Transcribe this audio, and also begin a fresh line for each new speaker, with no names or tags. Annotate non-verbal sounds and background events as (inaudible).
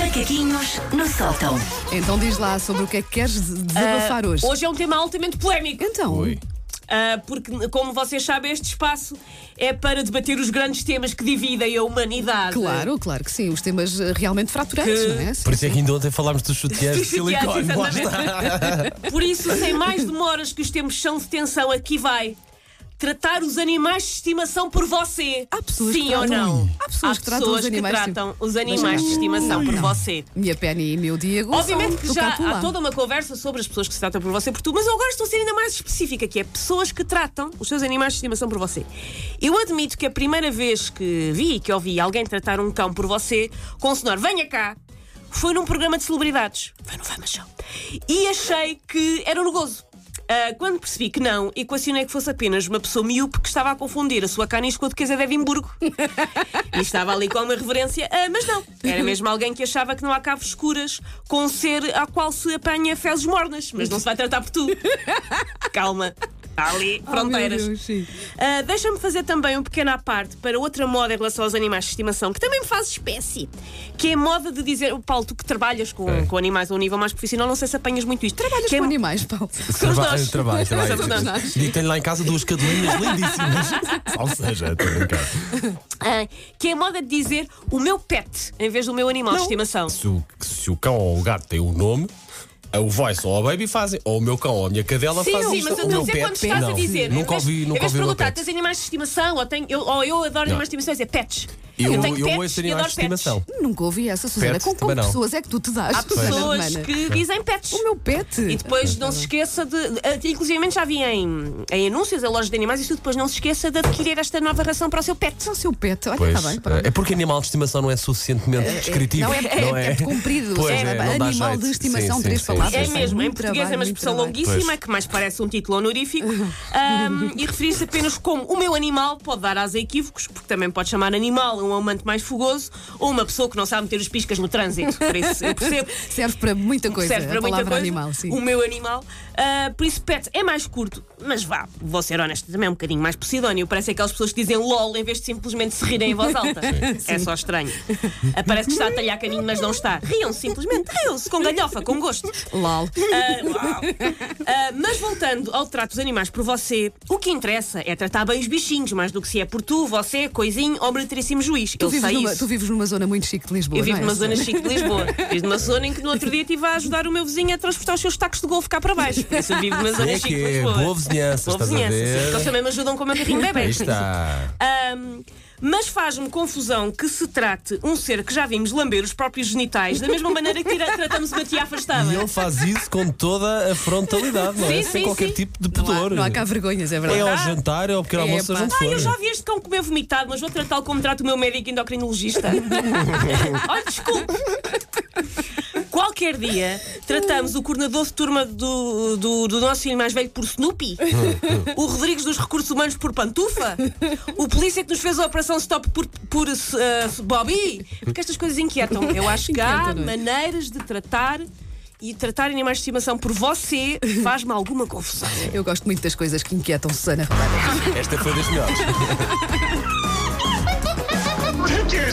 Macaquinhos no sótão.
Então diz lá sobre o que é que queres de- desabafar hoje.
Hoje é um tema altamente polémico,
Então,
Oi.
ah, porque, como vocês sabem, este espaço é para debater os grandes temas que dividem a humanidade.
claro, claro que sim. Os temas eh, realmente fraturantes,
Que-
não é?
Por isso é que ainda ontem falámos dos chuteiros de
Dos chuteiros,
silicone. Lá
exatamente.
está.
Por isso, sem mais demoras que os tempos são de tensão, aqui vai. Tratar os animais de estimação por você.
Há pessoas
Sim
que
ou
tratam-
não?
Há pessoas que tratam os
pessoas que
animais de-
tratam os animais de estimação por você.
Minha Penny e meu Diego.
Obviamente que
são do
já
Catulá.
há toda uma conversa sobre as pessoas que se tratam por você por tu, mas eu agora estou a ser ainda mais específica, que é pessoas que tratam os seus animais de estimação por você. Eu admito que a primeira vez que vi, que ouvi alguém tratar um cão por você, com o senhor venha cá, foi num programa de celebridades. Foi no Fama Show. E achei que era no gozo. Ah, quando percebi que não, equacionei que fosse apenas uma pessoa miúpe que estava a confundir a sua canis com a duquesa
(laughs)
de Edimburgo. E estava ali com uma reverência, ah, mas não. Era mesmo alguém que achava que não há cavos escuras com um ser ao qual se apanha fezes mornas, mas não se vai tratar
(laughs)
por tu. Calma, está ali,
Oh, meu
fronteiras.
Deus, sim.
Ah, Deixa-me fazer também um pequeno à parte para outra moda em relação aos animais de estimação, que também me faz espécie, que é a moda de dizer, "Oh, Paulo, tu que trabalhas com,
É.
com animais a um nível mais profissional, não sei se apanhas muito isto.
Trabalhas
que é-
com animais, Paulo.
Somos
Traba-
nós.
Trabalho, trabalho.
Somos nós.
E tenho lá em casa duas cadelinhas lindíssimas. Ou seja, estou a brincar.
Ah, que é a moda de dizer o meu pet em vez do meu animal de estimação.
Se o, se o cão ou o gato tem o nome, o voice ou a baby fazem, ou o meu cão ou a minha cadela
Sim,
fazem.
sim, mas eu
o
estou a
meu
dizer
pet,
quando estás
não.
a dizer.
Nunca
Em vez-
ouvi,
em vez
nunca
de
ouvi o meu
perguntar,
pet.
tens animais de estimação? Ou, tenho, eu, ou eu adoro animais de estimação, é pets.
Eu,
tenho
eu
pets
ouço
e adoro
animais de estimação.
Nunca ouvi essa, Susana.
Pets
Com
também
quantas
não.
pessoas é que tu te dás?
Há pessoas
Susana Romana?
que dizem pets.
O meu pet.
E depois não se esqueça de. eh, Inclusive já vi em, em anúncios, em lojas de animais, e tu depois não se esqueça de adquirir esta nova ração para o seu pet.
É o seu pet. Olha,
Tá
Pois,
está bem. pronto.
é porque animal de estimação não é suficientemente descritivo.
Não é, é,
não
é comprido.
Pois,
é,
é, não dá
animal
jeito.
de estimação,
Sim,
três
sim, sim,
palavras.
sim,
É
sim.
mesmo, em
Muito
português é
trabalho,
uma
muito
expressão
trabalho.
longuíssima
Pois.
que mais parece um título honorífico ahm, e referir-se apenas como o meu animal pode dar asa a equívocos, porque também pode chamar animal a um amante mais fogoso ou uma pessoa que não sabe meter os piscas no trânsito. Por isso,
(laughs)
eu percebo.
é-
Serve para muita coisa.
Serve para
é, a
muita
palavra
coisa. Um-
animal, sim.
O meu animal. Ah, por isso, pet é mais curto, mas vá, vou ser honesta, também é um bocadinho mais Posidónio. Parece aquelas pessoas que dizem lol em vez de simplesmente se rirem em voz
(laughs)
alta. É só estranho. Ah, Parece que está a talhar caninho, mas não está. Riam simplesmente, riam-se com galhofa, com gosto.
Lol.
Ah, uau. Ah, mas voltando ao trato dos animais por você, o que interessa é tratar bem os bichinhos, mais do que se é por tu, você, coisinho ou militaríssimo juiz.
Tu
Eu
vives,
sei
numa,
isso.
tu vives numa zona muito chique de Lisboa.
Eu vivo
não é?
numa zona chique de Lisboa. Vivo numa zona em que no outro dia estive a ajudar o meu vizinho a transportar os seus tacos de golfe cá para baixo. Por isso eu vivo numa zona
É
chique
que
de
é
Lisboa.
boa vizinhança,
Boa
estás a
vizinhança, sim. Então, Eles
ver?
também me ajudam com o meu carrinho de bebê.
Aí está.
Ahm, mas faz-me confusão que se trate um ser que já vimos lamber os próprios genitais da mesma maneira que tira- tratamos uma tia afastada.
E ele faz isso com toda a frontalidade, não é?
Sim,
Sem
sim,
qualquer
sim.
tipo de
Não há,
pudor.
não há cá vergonhas, é
é
verdade.
ao jantar, é ao pequeno
É,
almoço,
pá.
seja onde
Ah, eu
for.
já vi este cão comer vomitado, mas vou tratá-lo como trato o meu médico endocrinologista. Olha, desculpe. Qualquer dia tratamos o coordenador de turma do, do, do nosso filho mais velho por Snoopy, o Rodrigues dos Recursos Humanos por Pantufa, o polícia que nos fez a Operação Stop por, por eh, Bobby. Porque estas coisas inquietam. Eu acho que há
Inquietam, não é?
maneiras de tratar e tratar animais de estimação por você faz-me alguma confusão.
Eu gosto muito das coisas que inquietam Susana Romana.
Esta foi das melhores.
Take your